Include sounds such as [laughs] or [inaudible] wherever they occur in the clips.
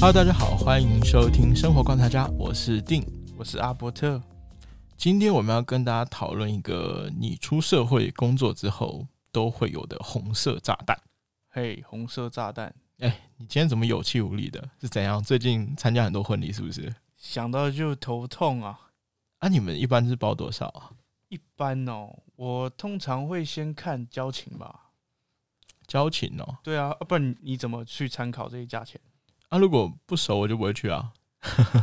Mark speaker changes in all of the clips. Speaker 1: Hello，大家好，欢迎收听《生活观察家》，我是定，我是阿伯特。今天我们要跟大家讨论一个你出社会工作之后都会有的红色炸弹。哎
Speaker 2: 嘿，红色炸弹，
Speaker 1: 你今天怎么有气无力的？是怎样？最近参加很多婚礼是不是？
Speaker 2: 想到就头痛啊！
Speaker 1: 啊，你们一般是包多少啊？
Speaker 2: 一般哦，我通常会先看交情吧。
Speaker 1: 交情哦。
Speaker 2: 对啊，啊不然你怎么去参考这
Speaker 1: [laughs]
Speaker 2: 些价钱？
Speaker 1: 啊，如果不熟我就不会去啊，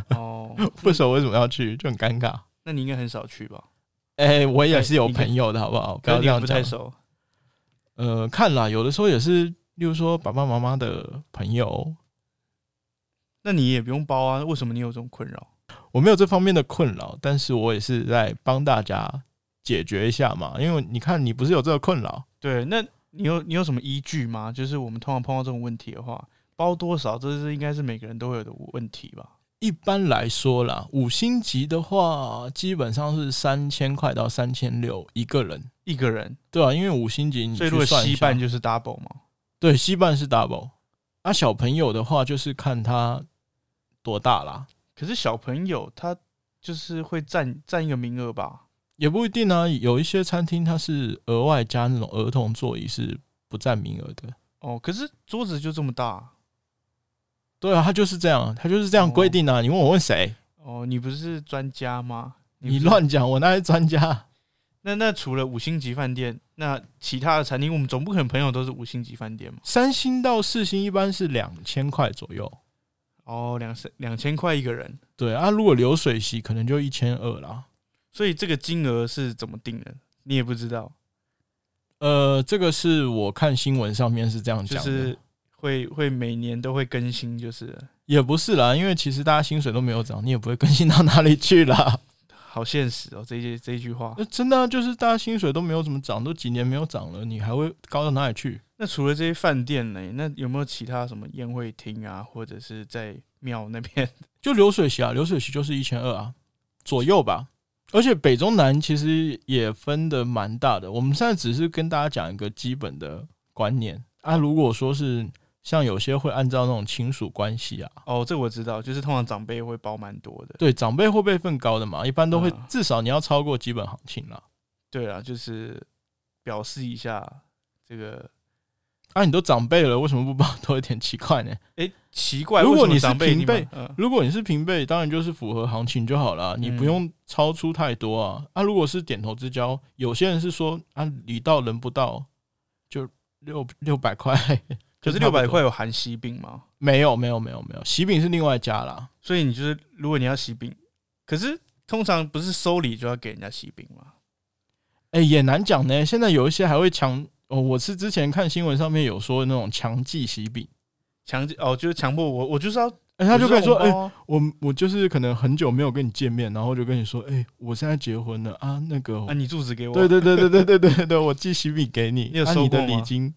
Speaker 2: 哦，
Speaker 1: 不熟为什么要去？就很尴尬。
Speaker 2: 那你应该很少去吧？
Speaker 1: 哎、我也
Speaker 2: 哎
Speaker 1: 是有
Speaker 2: 你看
Speaker 1: 朋友的好不 [laughs] 好？不
Speaker 2: 可
Speaker 1: 要这
Speaker 2: 能你也
Speaker 1: 样
Speaker 2: 不
Speaker 1: 讲
Speaker 2: 太。熟。
Speaker 1: 呃，看啦，有的时候也是，例如说爸爸妈妈的朋友，
Speaker 2: 那你也不用包啊？为什么你有这种困扰？
Speaker 1: 我没有这方面的困扰，但是我也是在帮大家解决一下嘛。因为你看，你不是有这个困扰，
Speaker 2: 对，那你有你有什么依据吗？就是我们通常碰到这种问题的话，包多少，这是应该是每个人都会有的问题吧？
Speaker 1: 一般来说啦，五星级的话，基本上是三千块到三千六一个人，
Speaker 2: 一个人，
Speaker 1: 对啊，因为五星级你
Speaker 2: 所以
Speaker 1: 去
Speaker 2: 如果
Speaker 1: 算一
Speaker 2: 稀
Speaker 1: 下
Speaker 2: 半，就是 double 嘛。
Speaker 1: 对，西半是 double。啊，小朋友的话就是看他多大啦，
Speaker 2: 可是小朋友他就是会占占一个名额吧？
Speaker 1: 也不一定啊。有一些餐厅它是额外加那种儿童座椅是不占名额的，
Speaker 2: 哦，可是桌子就这么大、啊
Speaker 1: 对啊，它就是这样，它就是这样规定啊。你问我问谁？
Speaker 2: 哦，你不是专家吗？
Speaker 1: 你
Speaker 2: 不是。
Speaker 1: 乱讲，我哪是专家？
Speaker 2: 那那除了五星级饭店，那其他的餐厅，我们总不可能朋友都是五星级饭店嘛？
Speaker 1: 三星到四星一般是两千块左右，
Speaker 2: 哦，两三两千块一个人，
Speaker 1: 对啊。如果流水席可能就一千二啦。
Speaker 2: 所以这个金额是怎么定的？你也不知道，
Speaker 1: 呃，这个是我看新闻上面是这样
Speaker 2: 就
Speaker 1: 讲的，
Speaker 2: 是会会每年都会更新，就是了
Speaker 1: 也不是啦，因为其实大家薪水都没有涨，你也不会更新到哪里去啦。
Speaker 2: [laughs] 好现实哦，这一这一句话。
Speaker 1: 那真的啊、就是大家薪水都没有怎么涨，都几年没有涨了，你还会高到哪里去？
Speaker 2: 那除了这些饭店呢？那有没有其他什么宴会厅啊，或者是在庙那边？ [laughs]
Speaker 1: 就流水席啊，流水席就是一千二啊左右吧。而且北中南其实也分的蛮大的。我们现在只是跟大家讲一个基本的观念啊。如果说是像有些会按照那种亲属关系啊，
Speaker 2: 哦，这我知道，就是通常长辈会包蛮多的。
Speaker 1: 对长辈会辈分高的嘛，一般都会
Speaker 2: 嗯
Speaker 1: 至少你要超过基本行情啦。
Speaker 2: 对啊，就是表示一下这个，
Speaker 1: 啊，你都长辈了，为什么不包 [laughs] 多一点？奇怪呢？
Speaker 2: 哎、奇怪，
Speaker 1: 如果
Speaker 2: 为什么
Speaker 1: 你是
Speaker 2: 长辈
Speaker 1: 平辈
Speaker 2: 你们嗯
Speaker 1: 如果你是平辈，当然就是符合行情就好啦，你不用超出太多啊。啊，如果是点头之交，有些人是说啊，礼到人不到，就六六百块。
Speaker 2: [laughs] 可是
Speaker 1: 就差
Speaker 2: 六
Speaker 1: 不多
Speaker 2: 百块有含喜饼吗？
Speaker 1: 没有没有没有没有，喜饼是另外加啦。
Speaker 2: 所以你就是，如果你要喜饼，可是通常不是收礼就要给人家喜饼吗？
Speaker 1: 哎、也难讲呢。现在有一些还会强哦，我是之前看新闻上面有说那种强记喜饼，
Speaker 2: 强制哦，就是强迫我，我就是要，
Speaker 1: 哎、他就跟你说，
Speaker 2: 我
Speaker 1: 哎、
Speaker 2: 就是要红包啊
Speaker 1: 我我就是可能很久没有跟你见面，然后就跟你说，哎、我现在结婚了啊，那个
Speaker 2: 啊，你住址给我，
Speaker 1: 对对对对对对对对，我寄喜饼给你，
Speaker 2: 你有
Speaker 1: 啊
Speaker 2: 收
Speaker 1: 你
Speaker 2: 过
Speaker 1: 的礼
Speaker 2: 吗
Speaker 1: 金，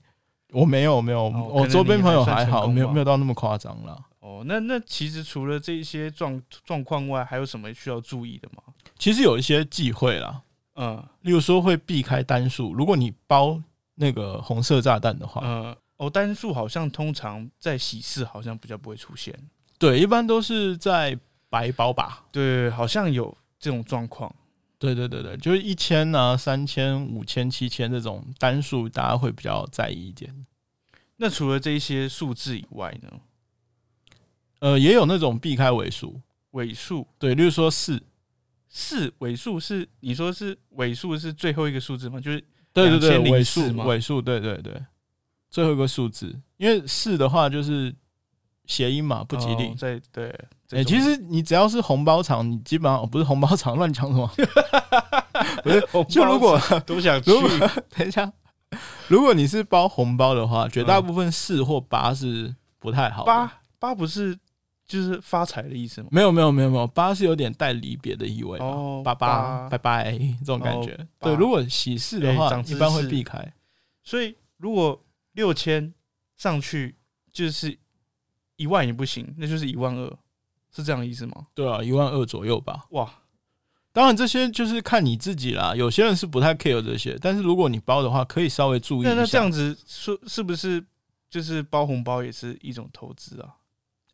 Speaker 1: 我没有没有，
Speaker 2: 哦可
Speaker 1: 我
Speaker 2: 能
Speaker 1: 周边
Speaker 2: 你
Speaker 1: 朋友
Speaker 2: 还算
Speaker 1: 还
Speaker 2: 成
Speaker 1: 好，
Speaker 2: 功
Speaker 1: 没有
Speaker 2: 吧
Speaker 1: 没有到那么夸张啦。
Speaker 2: 哦，那那其实除了这一些状状况外，还有什么需要注意的吗？
Speaker 1: 其实有一些忌讳啦，
Speaker 2: 嗯
Speaker 1: 例如说会避开单数，如果你包那个红色炸弹的话，
Speaker 2: 嗯，哦，单数好像通常在喜事好像比较不会出现，
Speaker 1: 对，一般都是在白包吧。
Speaker 2: 对，好像有这种状况。
Speaker 1: 对对对对，就是一千啊、三千、五千、七千这种单数，大家会比较在意一点。
Speaker 2: 那除了这一些数字以外呢？
Speaker 1: 呃，也有那种避开尾数，
Speaker 2: 尾数
Speaker 1: 对，例如说四，
Speaker 2: 四尾数是你说是尾数是最后一个数字吗？就是
Speaker 1: 对对对，
Speaker 2: 2004
Speaker 1: 尾数
Speaker 2: 吗
Speaker 1: 尾数，对对对，最后一个数字，因为四的话就是谐音嘛，不吉利
Speaker 2: 哦。在对，
Speaker 1: 哎、
Speaker 2: 这种
Speaker 1: 其实你只要是红包厂，你基本上、哦不是红包厂乱讲什么， [laughs] 不
Speaker 2: [laughs]
Speaker 1: 是
Speaker 2: 红包
Speaker 1: 就如果
Speaker 2: 都想
Speaker 1: [laughs]
Speaker 2: 去
Speaker 1: 如果等一下，如果你是包红包的话，绝大部分四或八是不太好的。
Speaker 2: 八八不是就是发财的意思吗？
Speaker 1: 没有没有没有没有，八是有点带离别的意味嘛，
Speaker 2: 哦，
Speaker 1: 八八拜拜这种感觉。
Speaker 2: 八
Speaker 1: 对，如果喜事的
Speaker 2: 哎
Speaker 1: 话，
Speaker 2: 长
Speaker 1: 一
Speaker 2: 知
Speaker 1: 般会
Speaker 2: 识
Speaker 1: 避开。
Speaker 2: 所以如果六千上去就是一万也不行，那就是一万二，是这样的意思吗？
Speaker 1: 对啊，一万二左右吧。
Speaker 2: 哇，
Speaker 1: 当然，这些就是看你自己啦。有些人是不太 care 这些，但是如果你包的话，可以稍微注意一下。
Speaker 2: 那那这样子说是不是就是包红包也是一种投资啊？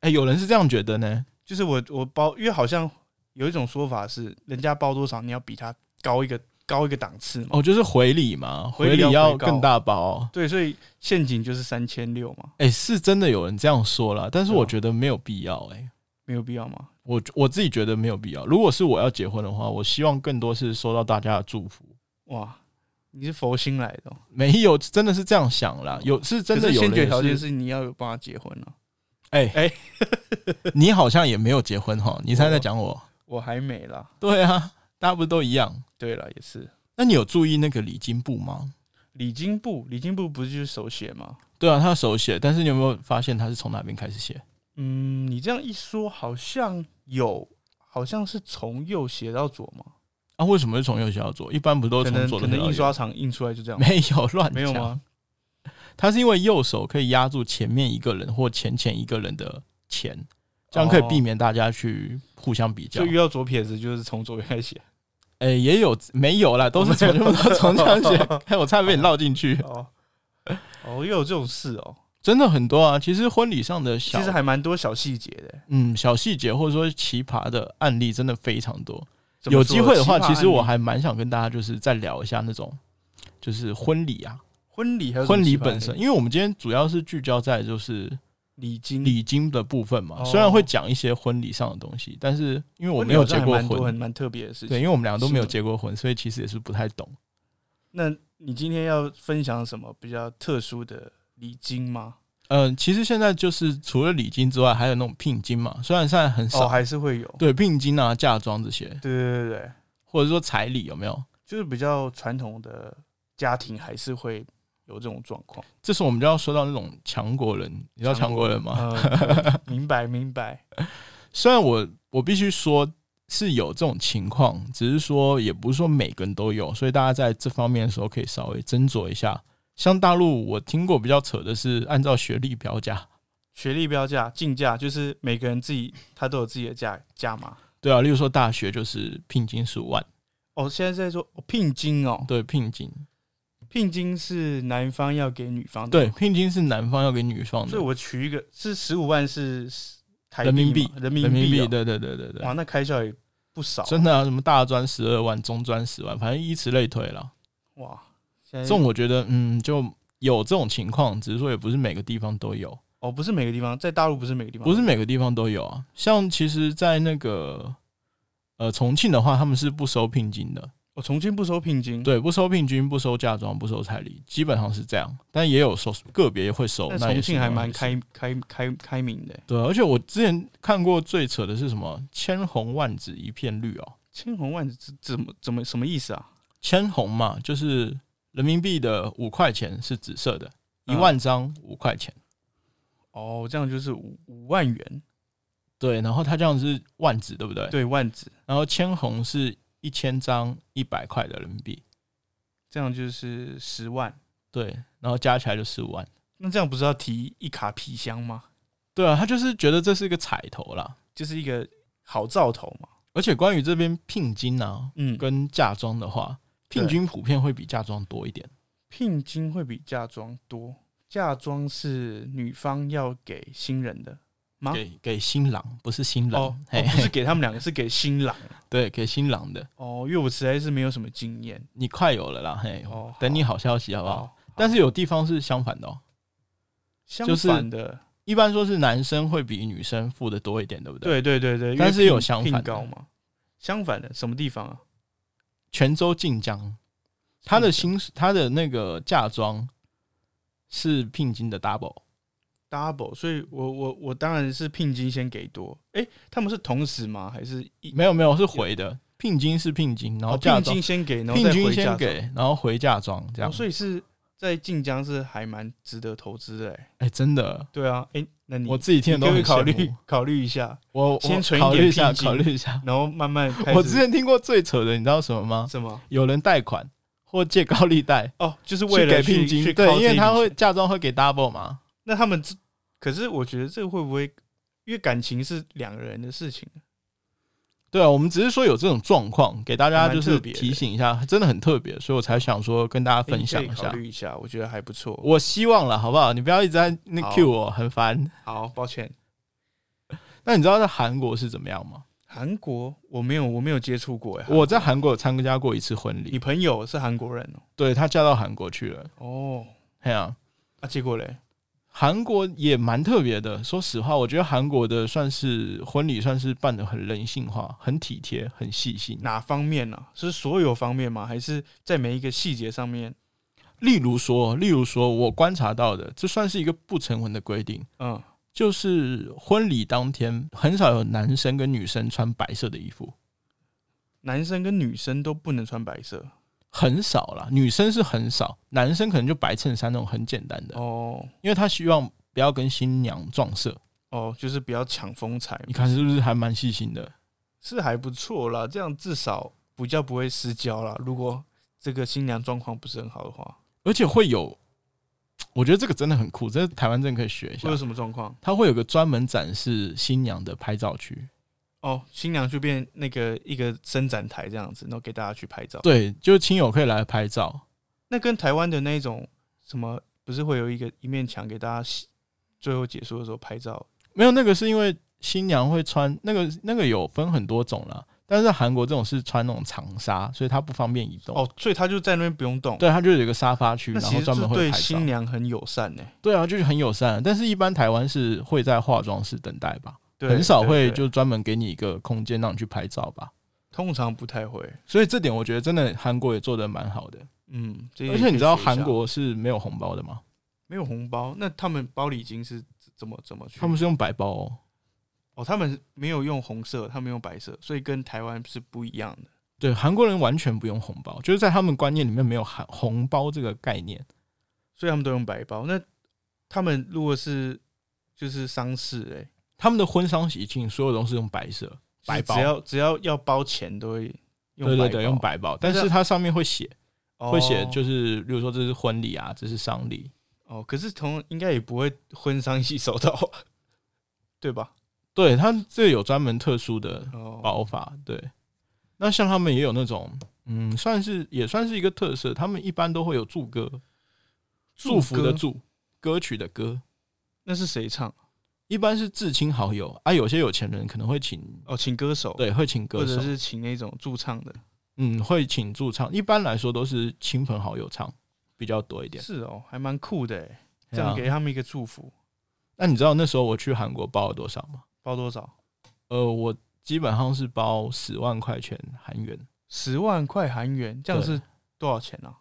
Speaker 1: 哎、有人是这样觉得呢。
Speaker 2: 就是我我包，因为好像有一种说法是，人家包多少，你要比他高一个高一个档次嘛。
Speaker 1: 哦，就是回礼嘛，
Speaker 2: 回
Speaker 1: 回
Speaker 2: 礼要
Speaker 1: 礼
Speaker 2: 回
Speaker 1: 要
Speaker 2: 高
Speaker 1: 更大包。
Speaker 2: 对，所以陷阱就是三千六嘛，
Speaker 1: 哎、是真的有人这样说啦，但是
Speaker 2: 对啊
Speaker 1: 我觉得没有必要、哎，
Speaker 2: 没有必要嘛。
Speaker 1: 我我自己觉得没有必要。如果是我要结婚的话，我希望更多是收到大家的祝福。
Speaker 2: 哇，你是佛心来的哦、
Speaker 1: 没有，真的是这样想啦。有哦是真的
Speaker 2: 可是
Speaker 1: 有
Speaker 2: 先决
Speaker 1: 人
Speaker 2: 条件
Speaker 1: 是，
Speaker 2: 是你要有帮他结婚啊。
Speaker 1: 哎 [laughs]
Speaker 2: 哎
Speaker 1: 你好像也没有结婚哈，你现在在讲我。
Speaker 2: 我还没啦。
Speaker 1: 哦对啊，大家不都一样？
Speaker 2: 对了，也是
Speaker 1: 那你有注意那个礼金簿吗？
Speaker 2: 礼金簿，礼金簿不是就是手写吗？
Speaker 1: 对啊，他手写，但是你有没有发现他是从哪边开始写？
Speaker 2: 嗯，你这样一说，好像有，好像是从右写到左嘛。
Speaker 1: 啊，为什么是从右写到左？一般不都
Speaker 2: 可
Speaker 1: 是从
Speaker 2: 能
Speaker 1: 左
Speaker 2: 可
Speaker 1: 的
Speaker 2: 能印
Speaker 1: 写到
Speaker 2: 刷厂印出来就这样
Speaker 1: 右？，没有 [laughs] 乱
Speaker 2: 没有
Speaker 1: 讲
Speaker 2: 吗？
Speaker 1: 他是因为右手可以压住前面一个人或前前一个人的钱，这样可以避免大家去互相比较
Speaker 2: 哦就。遇到左撇子就是从左边开始写。
Speaker 1: 哎、也有没有啦，都是从 [laughs] 全部都从这
Speaker 2: [laughs]
Speaker 1: 样写。看我差点被你绕进去，
Speaker 2: 哦，哦，又有这种事哦，
Speaker 1: 真的很多啊。其实婚礼上的小
Speaker 2: 其实还蛮多小细节的。
Speaker 1: 嗯小细节或者说奇葩的案例真的非常多。
Speaker 2: 怎么
Speaker 1: 有
Speaker 2: 说
Speaker 1: 机会的话，
Speaker 2: 奇葩
Speaker 1: 其
Speaker 2: 案例
Speaker 1: 实我还蛮想跟大家就是再聊一下那种就是婚礼啊，
Speaker 2: 婚礼还有什么
Speaker 1: 婚礼
Speaker 2: 奇葩案例
Speaker 1: 本身，因为我们今天主要是聚焦在就是
Speaker 2: 礼金
Speaker 1: 礼金的部分嘛。
Speaker 2: 哦
Speaker 1: 虽然会讲一些婚礼上的东西，但是因为我
Speaker 2: 婚
Speaker 1: 没
Speaker 2: 礼
Speaker 1: 有
Speaker 2: 好像
Speaker 1: 结
Speaker 2: 还
Speaker 1: 过
Speaker 2: 蛮多很
Speaker 1: 婚，
Speaker 2: 蛮特别的事
Speaker 1: 对，因
Speaker 2: 情。
Speaker 1: 为我们两个都没有
Speaker 2: 是的
Speaker 1: 结过婚，所以其实也是不太懂。
Speaker 2: 那你今天要分享什么比较特殊的礼金吗？
Speaker 1: 嗯，其实现在就是除了礼金之外，还有那种聘金嘛，虽然现在很
Speaker 2: 哦，
Speaker 1: 少，
Speaker 2: 还是会有。
Speaker 1: 对聘金啊、嫁妆这些，
Speaker 2: 对对对对，
Speaker 1: 或者说彩礼有没有？
Speaker 2: 就是比较传统的家庭还是会有这种状况。
Speaker 1: 这时候我们就要说到那种强国人，你知道强国人吗？ [laughs]
Speaker 2: 呃，明白明白。
Speaker 1: 虽然我我必须说是有这种情况，只是说也不是说每个人都有，所以大家在这方面的时候可以稍微斟酌一下。像大陆，我听过比较扯的是按照学历标价，
Speaker 2: 学历标价、竞价，就是每个人自己他都有自己的价价码。
Speaker 1: 对啊，例如说大学就是聘金十五万，
Speaker 2: 哦，现在在说、哦、聘金哦，
Speaker 1: 对，聘金，
Speaker 2: 聘金是男方要给女方的，
Speaker 1: 对，，聘金是男方要给女方的
Speaker 2: 所以我取一个是十五万是台
Speaker 1: 人民币
Speaker 2: 币嘛，人
Speaker 1: 人民
Speaker 2: 币
Speaker 1: 币，
Speaker 2: 哦
Speaker 1: 对对对对对
Speaker 2: 哇，，那开销也不少啊，
Speaker 1: 真的啊，什么大专十二万，中专十万，反正依此类推啦。
Speaker 2: 哇，现在
Speaker 1: 这种我觉得，嗯，就有这种情况，只是说也不是每个地方都有，
Speaker 2: 哦，不是每个地方，在大陆不是每个地方，
Speaker 1: 不是每个地方都有啊。像其实，在那个呃重庆的话，他们是不收聘金的，
Speaker 2: 我重庆不收聘金，，
Speaker 1: 对，不收聘金，不收嫁妆，不收彩礼，基本上是这样。但也有收，个别会收。
Speaker 2: 那
Speaker 1: 那也
Speaker 2: 重
Speaker 1: 是
Speaker 2: 庆还
Speaker 1: 另外一
Speaker 2: 蛮
Speaker 1: 回事
Speaker 2: 开开开开明的，
Speaker 1: 对啊，而且我之前看过最扯的是什么“千红万紫一片绿”哦，
Speaker 2: 千红万紫怎么怎么什么意思啊？
Speaker 1: 千红嘛，就是人民币的五块钱是紫色的，一
Speaker 2: 嗯
Speaker 1: 万张五块钱。
Speaker 2: 哦，这样就是五五万元，
Speaker 1: 对，然后它这样是万紫，对不对？。
Speaker 2: 对，万紫，
Speaker 1: 然后千红是一千张一百块的人民币，
Speaker 2: 这样就是十万，
Speaker 1: 对，然后加起来就十五万。
Speaker 2: 那这样不是要提一卡皮箱吗？
Speaker 1: 对啊，他就是觉得这是一个彩头啦。
Speaker 2: 就是一个好兆头嘛，
Speaker 1: 而且关于这边聘金啊
Speaker 2: 嗯，
Speaker 1: 跟嫁妆的话，
Speaker 2: 对
Speaker 1: 聘金普遍会比嫁妆多一点。
Speaker 2: 聘金会比嫁妆多，嫁妆是女方要给新人的啊
Speaker 1: 给给新郎不是新郎，
Speaker 2: 哦，
Speaker 1: 嘿
Speaker 2: 哦不是给他们两个，是给新郎 [laughs]
Speaker 1: 对，给新郎的，
Speaker 2: 哦，因为我实在是没有什么经验
Speaker 1: 你快有了啦，嘿，
Speaker 2: 哦，
Speaker 1: 等你好消息好
Speaker 2: 好
Speaker 1: 不好？
Speaker 2: 好
Speaker 1: 但是有地方是相反的哦，
Speaker 2: 相
Speaker 1: 就是
Speaker 2: 反的，
Speaker 1: 一般说是男生会比女生付的多一点，对不对？对，
Speaker 2: 对对对对，因为
Speaker 1: 但是也有
Speaker 2: 聘
Speaker 1: 相反的
Speaker 2: 聘高嘛，相反的什么地方啊？
Speaker 1: 泉州晋江，他的薪他的那个嫁妆是聘金的 double，
Speaker 2: double，所以我我我当然是聘金先给多，诶，他们是同时吗？还是一
Speaker 1: 没有没有是回的，聘金是聘金，然后
Speaker 2: 哦
Speaker 1: 嫁
Speaker 2: 聘
Speaker 1: 妆
Speaker 2: 金先给，然后
Speaker 1: 聘
Speaker 2: 再
Speaker 1: 金
Speaker 2: 回嫁
Speaker 1: 先
Speaker 2: 妆
Speaker 1: 给，然后回嫁妆这样
Speaker 2: 哦，。所以是在晋江是还蛮值得投资的、欸。
Speaker 1: 哎，真的，
Speaker 2: 对啊，哎、那你
Speaker 1: 我自己听
Speaker 2: 你
Speaker 1: 的
Speaker 2: 可
Speaker 1: 都
Speaker 2: 不可以
Speaker 1: 很
Speaker 2: 考
Speaker 1: 羡
Speaker 2: 虑 [laughs]
Speaker 1: 慕。
Speaker 2: 考虑一下，
Speaker 1: 我我
Speaker 2: 先存一
Speaker 1: 考
Speaker 2: 点
Speaker 1: 虑一下，
Speaker 2: 聘金
Speaker 1: 考虑一下。
Speaker 2: 然后慢慢开始。
Speaker 1: 我之前听过最扯的，你知道什么吗？
Speaker 2: 什么？
Speaker 1: 有人贷款或借高利贷
Speaker 2: 哦，就是为
Speaker 1: 去
Speaker 2: 了
Speaker 1: 给
Speaker 2: 去
Speaker 1: 聘
Speaker 2: 去
Speaker 1: 金，
Speaker 2: 靠
Speaker 1: 对，因
Speaker 2: 这
Speaker 1: 为
Speaker 2: 一
Speaker 1: 他
Speaker 2: 笔
Speaker 1: 会
Speaker 2: 钱
Speaker 1: 嫁妆会给 double 嘛。
Speaker 2: 那他们这，可是我觉得这会不会因为感情是两个人的事情，
Speaker 1: 对啊，我们只是说有这种状况，给大家就
Speaker 2: 还蛮
Speaker 1: 是
Speaker 2: 特别的哎
Speaker 1: 提醒一下，真的很特别，所以我才想说跟大家
Speaker 2: 诶
Speaker 1: 分
Speaker 2: 你
Speaker 1: 享
Speaker 2: 可以
Speaker 1: 一
Speaker 2: 考
Speaker 1: 下。
Speaker 2: 虑一下，我觉得还不错。
Speaker 1: 我希望了，好不好？你不要一直在那
Speaker 2: 好
Speaker 1: Q 我，很烦。
Speaker 2: 好，抱歉，
Speaker 1: 那你知道在韩国是怎么样吗？
Speaker 2: 韩国我没有我没有接触过哎，
Speaker 1: 我在韩国有参加过一次婚
Speaker 2: 你
Speaker 1: 礼，
Speaker 2: 朋友是韩国人
Speaker 1: 对她嫁到韩国去了。
Speaker 2: 哦，哦，
Speaker 1: 嘿啊，
Speaker 2: 啊，结果嘞，
Speaker 1: 韩国也蛮特别的。说实话，我觉得韩国的算是婚礼算是办的很人性化、很体贴、很细心。
Speaker 2: 哪方面呢、是所有方面吗？还是在每一个细节上面？
Speaker 1: 例如说，例如说我观察到的，这算是一个不成文的规定，
Speaker 2: 嗯，
Speaker 1: 就是婚礼当天很少有男生跟女生穿白色的衣服，
Speaker 2: 男生跟女生都不能穿白色
Speaker 1: 很少啦。女生是很少，男生可能就白衬衫那种很简单的，
Speaker 2: 哦
Speaker 1: 因为他希望不要跟新娘撞色。
Speaker 2: 哦，就是比较抢风采，
Speaker 1: 你看是不是还蛮细心的？
Speaker 2: 是还不错啦，这样至少比较不会失焦啦。如果这个新娘状况不是很好的话，
Speaker 1: 而且会有，我觉得这个真的很酷，这台湾真的可以学一下
Speaker 2: 会有。什么状况？
Speaker 1: 它会有个专门展示新娘的拍照区，
Speaker 2: 哦，新娘就变那个一个伸展台这样子，然后给大家去拍照。
Speaker 1: 对，就是亲友可以来拍照。
Speaker 2: 那跟台湾的那种什么，不是会有一个一面墙给大家洗最后结束的时候拍照？
Speaker 1: 没有那个是因为新娘会穿那个那个有分很多种啦，但是韩国这种是穿那种长纱，所以它不方便移动。
Speaker 2: 哦，所以他就在那边不用动。，
Speaker 1: 对，它就有一个沙发区，
Speaker 2: 那
Speaker 1: 然
Speaker 2: 其
Speaker 1: 后
Speaker 2: 实
Speaker 1: 专
Speaker 2: 是
Speaker 1: 门会
Speaker 2: 对
Speaker 1: 拍照
Speaker 2: 新。娘很友善呢、
Speaker 1: 对啊，就是很友善，但是一般台湾是会在化妆室等待吧，
Speaker 2: 对，
Speaker 1: 很少
Speaker 2: 对
Speaker 1: 会
Speaker 2: 对
Speaker 1: 就专门给你一个空间让你去拍照吧。
Speaker 2: 通常不太会。
Speaker 1: 所以这点我觉得真的韩国也做得蛮好的，
Speaker 2: 嗯，这也
Speaker 1: 而且你知道
Speaker 2: 可以学一下
Speaker 1: 韩国是没有红包的吗？
Speaker 2: 没有红包，那他们包礼金是怎么怎么去？
Speaker 1: 他们是用白包哦。
Speaker 2: 哦，他们没有用红色，他们用白色，所以跟台湾是不一样的。
Speaker 1: 对，韩国人完全不用红包，就是在他们观念里面没有韩红包这个概念。
Speaker 2: 所以他们都用白包。那他们如果是就是丧事、欸，哎，
Speaker 1: 他们的婚丧喜庆所有东西用白色，白包
Speaker 2: 只要只要要包钱都会用
Speaker 1: 对
Speaker 2: 白
Speaker 1: 对对，用白包，但
Speaker 2: 那
Speaker 1: 是它上面会写，
Speaker 2: 包
Speaker 1: 会写
Speaker 2: 哦
Speaker 1: 就是，比如说这是婚礼啊，这是丧礼。
Speaker 2: 哦，可是同应该也不会婚丧一起收到， [laughs] 对吧？
Speaker 1: 对，它这有专门特殊的
Speaker 2: 哦，
Speaker 1: 包法。对，那像他们也有那种，嗯，算是也算是一个特色，他们一般都会有祝歌，
Speaker 2: 祝
Speaker 1: 祝福的
Speaker 2: 歌
Speaker 1: 祝，歌曲的歌，
Speaker 2: 那是谁唱？
Speaker 1: 一般是至亲好友啊，有些有钱人可能会请，
Speaker 2: 哦，请歌手，，
Speaker 1: 对，会请歌
Speaker 2: 或
Speaker 1: 手
Speaker 2: 者。是请那种驻唱的。
Speaker 1: 嗯，会请驻唱，一般来说都是亲朋好友唱比较多一点。
Speaker 2: 是哦，还蛮酷的哎，这
Speaker 1: 对啊
Speaker 2: 样给他们一个祝福，
Speaker 1: 那你知道那时候我去韩国包了多少吗？
Speaker 2: 包多少？
Speaker 1: 呃，我基本上是包十万块钱韩元，
Speaker 2: 十万块韩元，这样
Speaker 1: 对
Speaker 2: 是多少钱啊？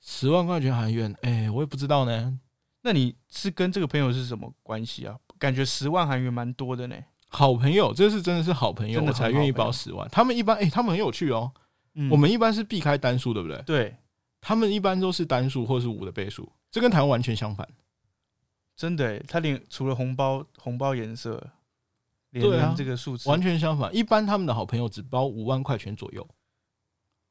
Speaker 1: 十万块钱韩元，哎、我也不知道呢。
Speaker 2: 那你是跟这个朋友是什么关系啊？感觉十万韩元蛮多的呢。
Speaker 1: 好朋友，这是真的是好朋友，
Speaker 2: 真的
Speaker 1: 我
Speaker 2: 很
Speaker 1: 才愿意
Speaker 2: 好
Speaker 1: 包十万。他们一般，哎、他们很有趣哦。
Speaker 2: 嗯
Speaker 1: 我们一般是避开单数，对不对？
Speaker 2: 对，
Speaker 1: 他们一般都是单数或是五的倍数，这跟台湾完全相反。
Speaker 2: 真的耶，他连除了红包红包颜色，连
Speaker 1: 对啊
Speaker 2: 连这个数字，
Speaker 1: 完全相反，一般他们的好朋友只包五万块钱左右，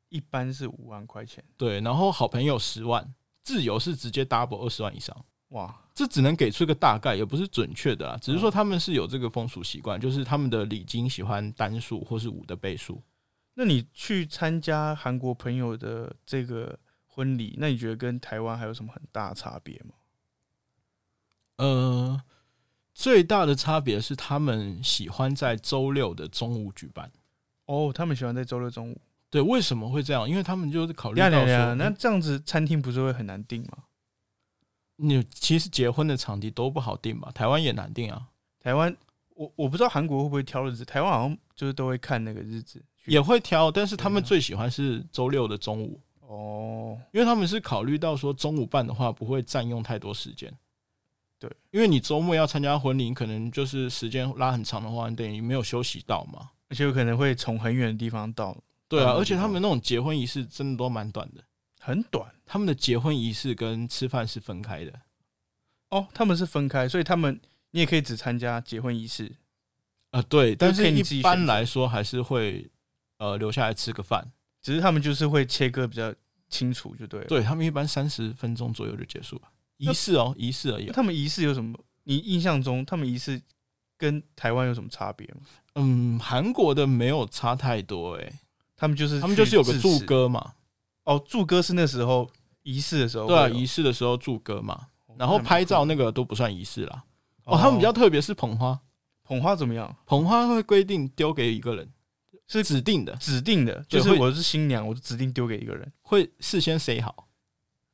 Speaker 2: 一般是五万块钱。
Speaker 1: 对，然后好朋友十万，自由是直接 double 二十万以上。
Speaker 2: 哇，
Speaker 1: 这只能给出一个大概，也不是准确的啦。只
Speaker 2: 嗯
Speaker 1: 是说他们是有这个风俗习惯，就是他们的礼金喜欢单数或是五的倍数。
Speaker 2: 那你去参加韩国朋友的这个婚礼，那你觉得跟台湾还有什么很大的差别吗？
Speaker 1: 呃，最大的差别是他们喜欢在周六的中午举办。
Speaker 2: 哦，他们喜欢在周六中午。
Speaker 1: 对，为什么会这样？因为他们就是考虑
Speaker 2: 呀
Speaker 1: 到
Speaker 2: 呀
Speaker 1: 说，嗯
Speaker 2: 呀，那这样子餐厅不是会很难订吗？
Speaker 1: 你其实结婚的场地都不好定吧？台湾也难定啊，
Speaker 2: 台湾，我我不知道韩国会不会挑日子，台湾好像就是都会看那个日子去。
Speaker 1: 也会挑，但是他们
Speaker 2: 嗯对啊
Speaker 1: 最喜欢是周六的中午，
Speaker 2: 哦，
Speaker 1: 因为他们是考虑到说中午办的话不会占用太多时间。
Speaker 2: 对，
Speaker 1: 因为你周末要参加婚礼，你可能就是时间拉很长的话，你等于没有休息到嘛。
Speaker 2: 而且有可能会从很远的地方到，
Speaker 1: 对啊，
Speaker 2: 嗯
Speaker 1: 而且他们那种结婚仪式真的都蛮短的，
Speaker 2: 很短
Speaker 1: 他们的结婚仪式跟吃饭是分开的。
Speaker 2: 哦。他们是分开，所以他们你也可以只参加结婚仪式。
Speaker 1: 啊、对，但
Speaker 2: 可
Speaker 1: 是
Speaker 2: 以你自己
Speaker 1: 一
Speaker 2: 选择
Speaker 1: 般来说还是会呃留下来吃个饭。
Speaker 2: 只是他们就是会切割比较清楚，就对了。，
Speaker 1: 对他们一般三十分钟左右就结束了，
Speaker 2: 那
Speaker 1: 仪式哦，仪式而已哦。
Speaker 2: 他们仪式有什么？你印象中他们仪式跟台湾有什么差别吗？
Speaker 1: 嗯，韩国的没有差太多诶、
Speaker 2: 他们就是
Speaker 1: 他们就是有个
Speaker 2: 去致
Speaker 1: 祝
Speaker 2: 辞
Speaker 1: 歌嘛，
Speaker 2: 哦，祝歌是那时候仪式的时候
Speaker 1: 对
Speaker 2: 会有，
Speaker 1: 啊，仪式的时候祝歌嘛，然后拍照哦
Speaker 2: 那哦
Speaker 1: 那个都不算仪式啦。哦，他们比较特别是捧花，
Speaker 2: 捧花怎么样？
Speaker 1: 捧花会规定丢给一个人，
Speaker 2: 是
Speaker 1: 指定的，
Speaker 2: 指定的，
Speaker 1: 对
Speaker 2: 就是
Speaker 1: 会
Speaker 2: 我是新娘，我就指定丢给一个人。
Speaker 1: 会事先 say 好。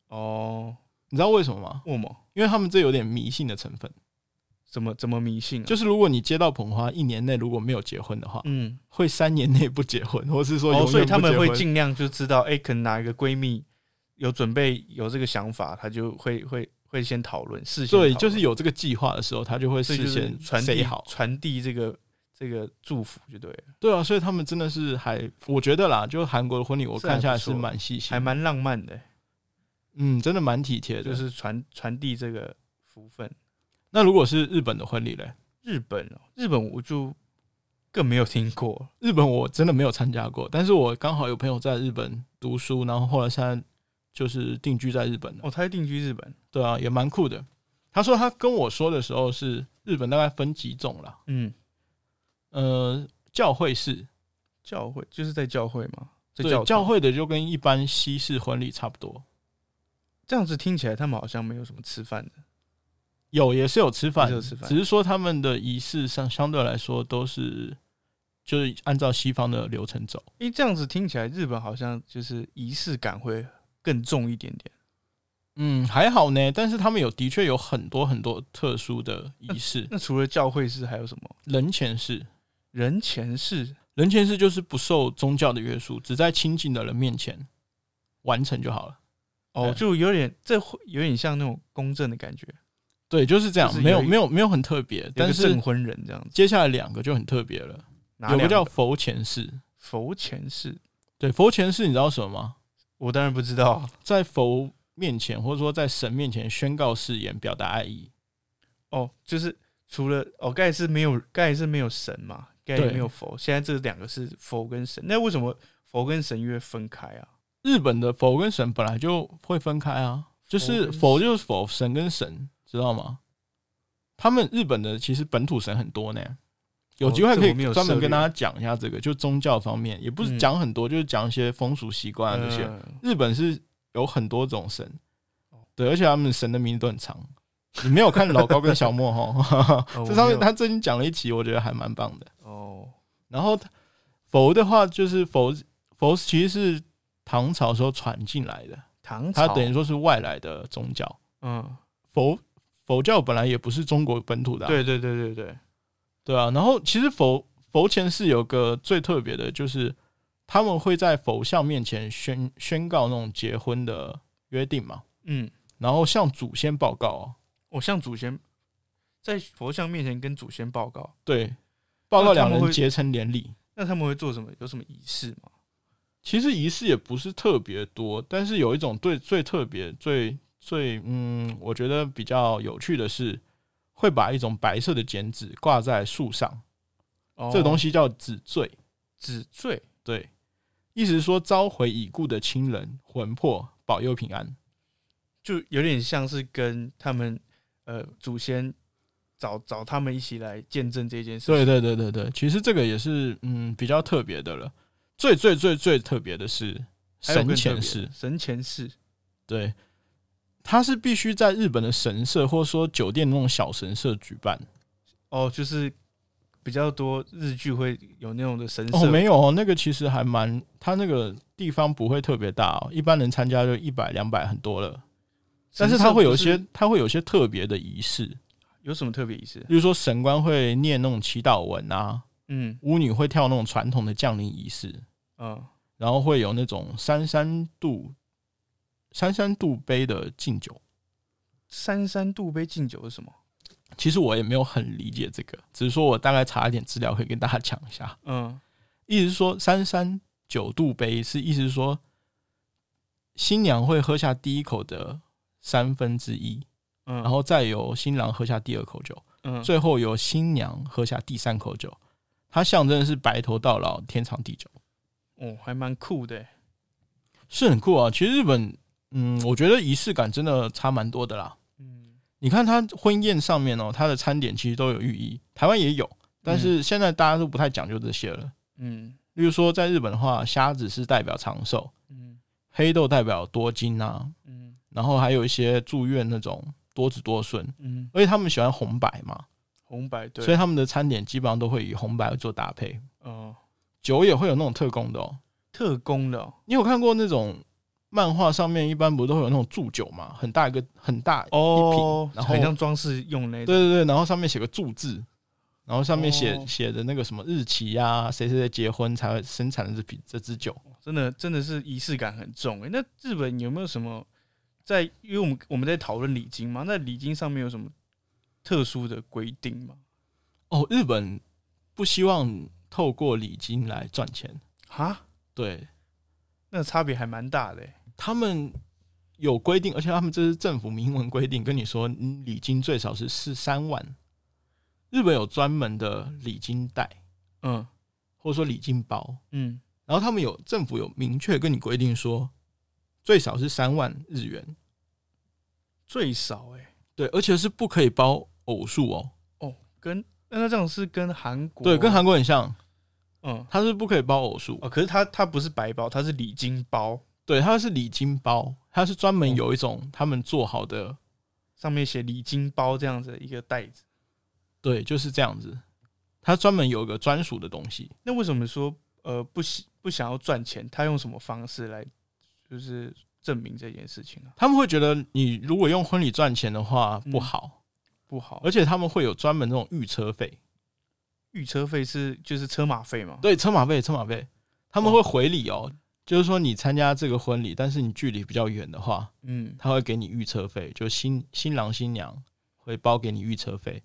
Speaker 2: 哦，
Speaker 1: 你知道为什么吗？
Speaker 2: 为什么？
Speaker 1: 因为他们这有点迷信的成分，
Speaker 2: 嗯怎么怎么迷信、啊？
Speaker 1: 就是如果你接到捧花，一年内如果没有结婚的话，
Speaker 2: 嗯，
Speaker 1: 会三年内不结婚，或是说
Speaker 2: 哦，
Speaker 1: 永
Speaker 2: 所以
Speaker 1: 远
Speaker 2: 他
Speaker 1: 不
Speaker 2: 们
Speaker 1: 结
Speaker 2: 会
Speaker 1: 婚。
Speaker 2: 尽量就知道，哎、可能哪一个闺蜜有准备有这个想法，她就会会会先讨论，事先
Speaker 1: 对，
Speaker 2: 讨论
Speaker 1: 就是有这个计划的时候，他就会
Speaker 2: 所以
Speaker 1: 事
Speaker 2: 就是
Speaker 1: 先
Speaker 2: 传
Speaker 1: say
Speaker 2: 递
Speaker 1: 好。
Speaker 2: 传递这个这个祝福就对了，
Speaker 1: 对啊，所以他们真的是还，我觉得啦，就韩国的婚礼，我
Speaker 2: 是
Speaker 1: 看
Speaker 2: 还
Speaker 1: 下来
Speaker 2: 不
Speaker 1: 是
Speaker 2: 错
Speaker 1: 蛮细心的，
Speaker 2: 还蛮浪漫的、
Speaker 1: 嗯，真的蛮体贴的。
Speaker 2: 就是传传递这个福分。
Speaker 1: 那如果是日本的婚礼嘞，
Speaker 2: 日本哦，日本我就更没有听过，
Speaker 1: 日本我真的没有参加过，但是我刚好有朋友在日本读书，然后后来现在就是定居在日本了。
Speaker 2: 哦，他定居日本，
Speaker 1: 对啊，也蛮酷的。他说他跟我说的时候是日本大概分几种啦，
Speaker 2: 嗯，
Speaker 1: 呃，教会式，
Speaker 2: 教会就是在教会嘛，在
Speaker 1: 对，
Speaker 2: 教
Speaker 1: 教
Speaker 2: 堂
Speaker 1: 会的就跟一般西式婚礼差不多，嗯
Speaker 2: 这样子听起来，他们好像没有什么吃饭的，
Speaker 1: 有也是有吃饭
Speaker 2: 也是有吃，饭
Speaker 1: 只是说他们的仪式上相对来说都是就是按照西方的流程走。
Speaker 2: 因为这样子听起来，日本好像就是仪式感会更重一点点。
Speaker 1: 嗯，还好呢，但是他们有的确有很多很多特殊的仪式，
Speaker 2: 那除了教会式，还有什么
Speaker 1: 人前式，
Speaker 2: 人前式？
Speaker 1: 人前式就是不受宗教的约束，只在亲近的人面前完成就好了。
Speaker 2: 哦，
Speaker 1: 对
Speaker 2: 就有点这会有点像那种公正的感觉，
Speaker 1: 对，就是这样，
Speaker 2: 就是有
Speaker 1: 没有
Speaker 2: 一
Speaker 1: 没有没有很特别，
Speaker 2: 有
Speaker 1: 但
Speaker 2: 个
Speaker 1: 是
Speaker 2: 证婚人这样子。
Speaker 1: 接下来两个就很特别了，
Speaker 2: 哪
Speaker 1: 有个
Speaker 2: 两
Speaker 1: 叫佛前式。
Speaker 2: 佛前式，
Speaker 1: 对，佛前式你知道什么吗？
Speaker 2: 我当然不知道。
Speaker 1: 在佛面前，或者说在神面前宣告誓言，表达爱意。
Speaker 2: 哦，就是除了哦，盖是没有盖是没有神嘛，盖也没有佛。现在这两个是佛跟神，那为什么佛跟神又会分开啊？
Speaker 1: 日本的佛跟神本来就会分开啊，就是
Speaker 2: 佛
Speaker 1: 佛
Speaker 2: 跟神
Speaker 1: 就是佛，神跟神，知道吗？他们日本的其实本土神很多呢，有机会
Speaker 2: 这
Speaker 1: 可
Speaker 2: 我没有
Speaker 1: 以专门
Speaker 2: 涉猎
Speaker 1: 跟大家讲一下这个，就宗教方面，也不是
Speaker 2: 嗯
Speaker 1: 讲很多，就是讲一些风俗习惯啊这些。
Speaker 2: 嗯
Speaker 1: 日本是有很多种神
Speaker 2: 哦，
Speaker 1: 对，而且他们神的名字都很长。你没有看老高跟小莫哈
Speaker 2: [laughs] 哦，
Speaker 1: 这上
Speaker 2: 我没
Speaker 1: 面
Speaker 2: 有
Speaker 1: 他最近讲了一期，我觉得还蛮棒的。
Speaker 2: 哦，
Speaker 1: 然后佛的话，就是佛佛其实是唐朝时候传进来的，
Speaker 2: 唐
Speaker 1: 它
Speaker 2: 朝
Speaker 1: 等于说是外来的宗教。
Speaker 2: 嗯，
Speaker 1: 佛佛教本来也不是中国本土的啊、
Speaker 2: 对对对对对，
Speaker 1: 对啊。然后其实佛佛前是有个最特别的，就是他们会在佛像面前宣宣告那种结婚的约定嘛，
Speaker 2: 嗯，
Speaker 1: 然后向祖先报告、哦，
Speaker 2: 我向祖先在佛像面前跟祖先报告，
Speaker 1: 对，报告
Speaker 2: 那他
Speaker 1: 两
Speaker 2: 们
Speaker 1: 人
Speaker 2: 会
Speaker 1: 结成连理。
Speaker 2: 那他们会做什么？有什么仪式吗？
Speaker 1: 其实仪式也不是特别多，但是有一种最最特别、最最嗯，我觉得比较有趣的是，会把一种白色的剪纸挂在树上，
Speaker 2: 哦
Speaker 1: 这个东西叫纸坠。
Speaker 2: 纸坠
Speaker 1: 对，意思是说召回已故的亲人魂魄，保佑平安。
Speaker 2: 就有点像是跟他们呃祖先找找他们一起来见证这件事情。
Speaker 1: 对对对对对，其实这个也是嗯比较特别的了。最最最最特别的是
Speaker 2: 还有
Speaker 1: 神
Speaker 2: 更特别
Speaker 1: 前
Speaker 2: 的
Speaker 1: 世，
Speaker 2: 神前世，
Speaker 1: 对，它是必须在日本的神社或者说酒店那种小神社举办。
Speaker 2: 哦，就是比较多日剧会有那种的神社，
Speaker 1: 哦，没有哦，那个其实还蛮，它那个地方不会特别大哦，一般人参加就一百两百很多了。但是它会有一些，它会有一些特别的仪式，
Speaker 2: 有什么特别仪式？
Speaker 1: 比如说神官会念那种祈祷文啊，
Speaker 2: 嗯
Speaker 1: 巫女会跳那种传统的降临仪式，
Speaker 2: 嗯，
Speaker 1: 然后会有那种三三度三三度杯的敬酒。
Speaker 2: 三三度杯敬酒是什么？
Speaker 1: 其实我也没有很理解这个，只是说我大概查一点资料，可以跟大家讲一下。
Speaker 2: 嗯，
Speaker 1: 意思是说三三九度杯是意思是说新娘会喝下第一口的三分之一，
Speaker 2: 嗯
Speaker 1: 然后再由新郎喝下第二口酒，
Speaker 2: 嗯，
Speaker 1: 最后由新娘喝下第三口酒。它象征的是白头到老，天长地久，
Speaker 2: 哦，还蛮酷的欸。
Speaker 1: 是很酷啊。其实日本，嗯，我觉得仪式感真的差蛮多的啦。
Speaker 2: 嗯，
Speaker 1: 你看它婚宴上面哦，它的餐点其实都有寓意，台湾也有，但是现在大家都不太讲究这些了。
Speaker 2: 嗯
Speaker 1: 例如说，在日本的话，虾子是代表长寿，
Speaker 2: 嗯
Speaker 1: 黑豆代表多金啊，
Speaker 2: 嗯
Speaker 1: 然后还有一些祝愿那种多子多孙，
Speaker 2: 嗯，
Speaker 1: 而且他们喜欢红白嘛，
Speaker 2: 红白对，
Speaker 1: 所以他们的餐点基本上都会以红白做搭配，
Speaker 2: 哦，
Speaker 1: 酒也会有那种特供的哦。
Speaker 2: 特工的哦
Speaker 1: 你有看过那种漫画上面一般不都会有那种祝酒嘛，很大一个很大，
Speaker 2: 哦，
Speaker 1: 然后
Speaker 2: 很像装饰用那
Speaker 1: 对
Speaker 2: 种，
Speaker 1: 对对，然后上面写个祝字，然后上面写
Speaker 2: 哦
Speaker 1: 写的那个什么日期呀、谁谁谁结婚才会生产这瓶这支酒。
Speaker 2: 真的真的是仪式感很重诶。那日本有没有什么在？因为我们我们在讨论礼金嘛，那礼金上面有什么特殊的规定吗？
Speaker 1: 哦，日本不希望透过礼金来赚钱，
Speaker 2: 哈，
Speaker 1: 对
Speaker 2: 那差别还蛮大的诶。
Speaker 1: 他们有规定，而且他们这是政府明文规定，跟你说你礼金最少是是三万。日本有专门的礼金袋，
Speaker 2: 嗯
Speaker 1: 或者说礼金包，
Speaker 2: 嗯，
Speaker 1: 然后他们有政府有明确跟你规定说，最少是三万日元，
Speaker 2: 最少诶。
Speaker 1: 对，而且是不可以包偶数哦，
Speaker 2: 哦，跟那那这样是跟韩国
Speaker 1: 对，跟韩国很像，
Speaker 2: 嗯
Speaker 1: 它是不可以包偶数，
Speaker 2: 哦，可是它它不是白包，它是礼金包，
Speaker 1: 对，它是礼金包，它是专门有一种他们做好的，
Speaker 2: 上面写礼金包这样子的一个袋子。
Speaker 1: 对，就是这样子，它专门有一个专属的东西，
Speaker 2: 那为什么说呃不喜不想要赚钱？他用什么方式来就是证明这件事情啊？
Speaker 1: 他们会觉得你如果用婚礼赚钱的话
Speaker 2: 嗯
Speaker 1: 不好，
Speaker 2: 不好
Speaker 1: 而，且他们会有专门那种预车费，
Speaker 2: 预车费是就是车马费嘛？
Speaker 1: 对，车马费，车马费，他们会回礼哦。就是说，你参加这个婚礼，但是你距离比较远的话，
Speaker 2: 嗯，
Speaker 1: 他会给你预车费，就新新郎新娘会包给你预车费。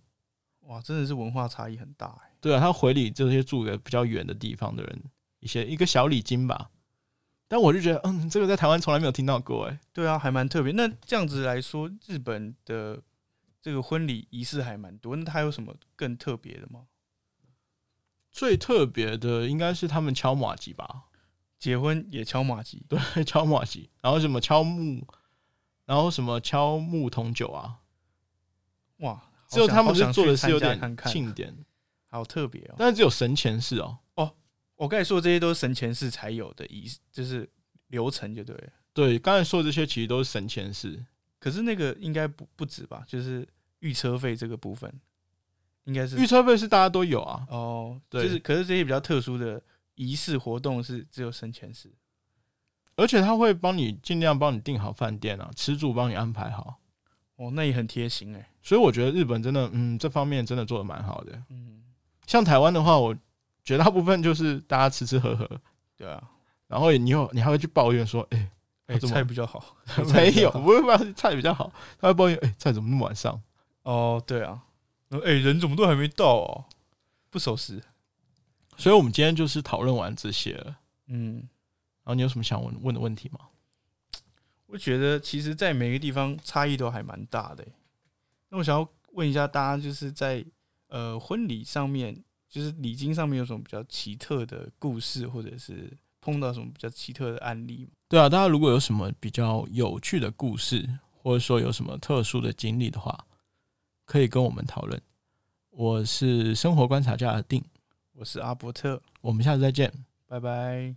Speaker 2: 哇，真的是文化差异很大哎、
Speaker 1: 对啊，他回礼这些住的比较远的地方的人一些一个小礼金吧。但我就觉得，嗯，这个在台湾从来没有听到过、欸，哎，
Speaker 2: 对啊，还蛮特别。那这样子来说，日本的这个婚礼仪式还蛮多，那它有什么更特别的吗？
Speaker 1: 最特别的应该是他们敲马吉吧，
Speaker 2: 结婚也敲马吉，
Speaker 1: 对，敲马吉，然后什么敲木，然后什么敲木桶酒啊，
Speaker 2: 哇，好
Speaker 1: 只有
Speaker 2: 想
Speaker 1: 他们
Speaker 2: 好
Speaker 1: 是
Speaker 2: 想
Speaker 1: 做的
Speaker 2: 去
Speaker 1: 是有
Speaker 2: 参加
Speaker 1: 点
Speaker 2: 看看，
Speaker 1: 庆
Speaker 2: [laughs]
Speaker 1: 典，
Speaker 2: 好特别哦。
Speaker 1: 但是只有神前事哦。
Speaker 2: 我刚才说的这些都是神前式才有的仪式，就是流程就对了。
Speaker 1: 对，刚才说的这些其实都是神前事，
Speaker 2: 可是那个应该不不止吧？就是预车费这个部分，应该是
Speaker 1: 预车费是大家都有啊，
Speaker 2: 哦，
Speaker 1: 对
Speaker 2: 就是可是这些比较特殊的仪式活动是只有生前式，
Speaker 1: 而且他会帮你尽量帮你订好饭店啊，吃住帮你安排好。
Speaker 2: 哦，那也很贴心哎、
Speaker 1: 所以我觉得日本真的，嗯，这方面真的做的蛮好的。
Speaker 2: 嗯，
Speaker 1: 像台湾的话，我绝大部分就是大家吃吃喝喝，
Speaker 2: 对啊，
Speaker 1: 然后你有你还会去抱怨说，
Speaker 2: [laughs]
Speaker 1: 哎、
Speaker 2: 哎、
Speaker 1: 啊怎么
Speaker 2: 菜比较 [laughs] 好，
Speaker 1: 没有，
Speaker 2: 菜比较好
Speaker 1: 不会抱怨菜比较好，他会抱怨，哎、菜怎么那么晚上？
Speaker 2: 哦，对啊，然后哎、人怎么都还没到哦，不守时，
Speaker 1: 所以我们今天就是讨论完这些了。
Speaker 2: 嗯，
Speaker 1: 然后你有什么想问问的问题吗？
Speaker 2: 我觉得其实，在每个地方差异都还蛮大的欸。那我想要问一下大家，就是在呃婚礼上面，就是礼金上面有什么比较奇特的故事，或者是碰到什么比较奇特的案例吗？
Speaker 1: 对啊，大家如果有什么比较有趣的故事，或者说有什么特殊的经历的话，可以跟我们讨论。我是生活观察家的定，
Speaker 2: 我是阿伯特，
Speaker 1: 我们下次再见。
Speaker 2: 拜拜。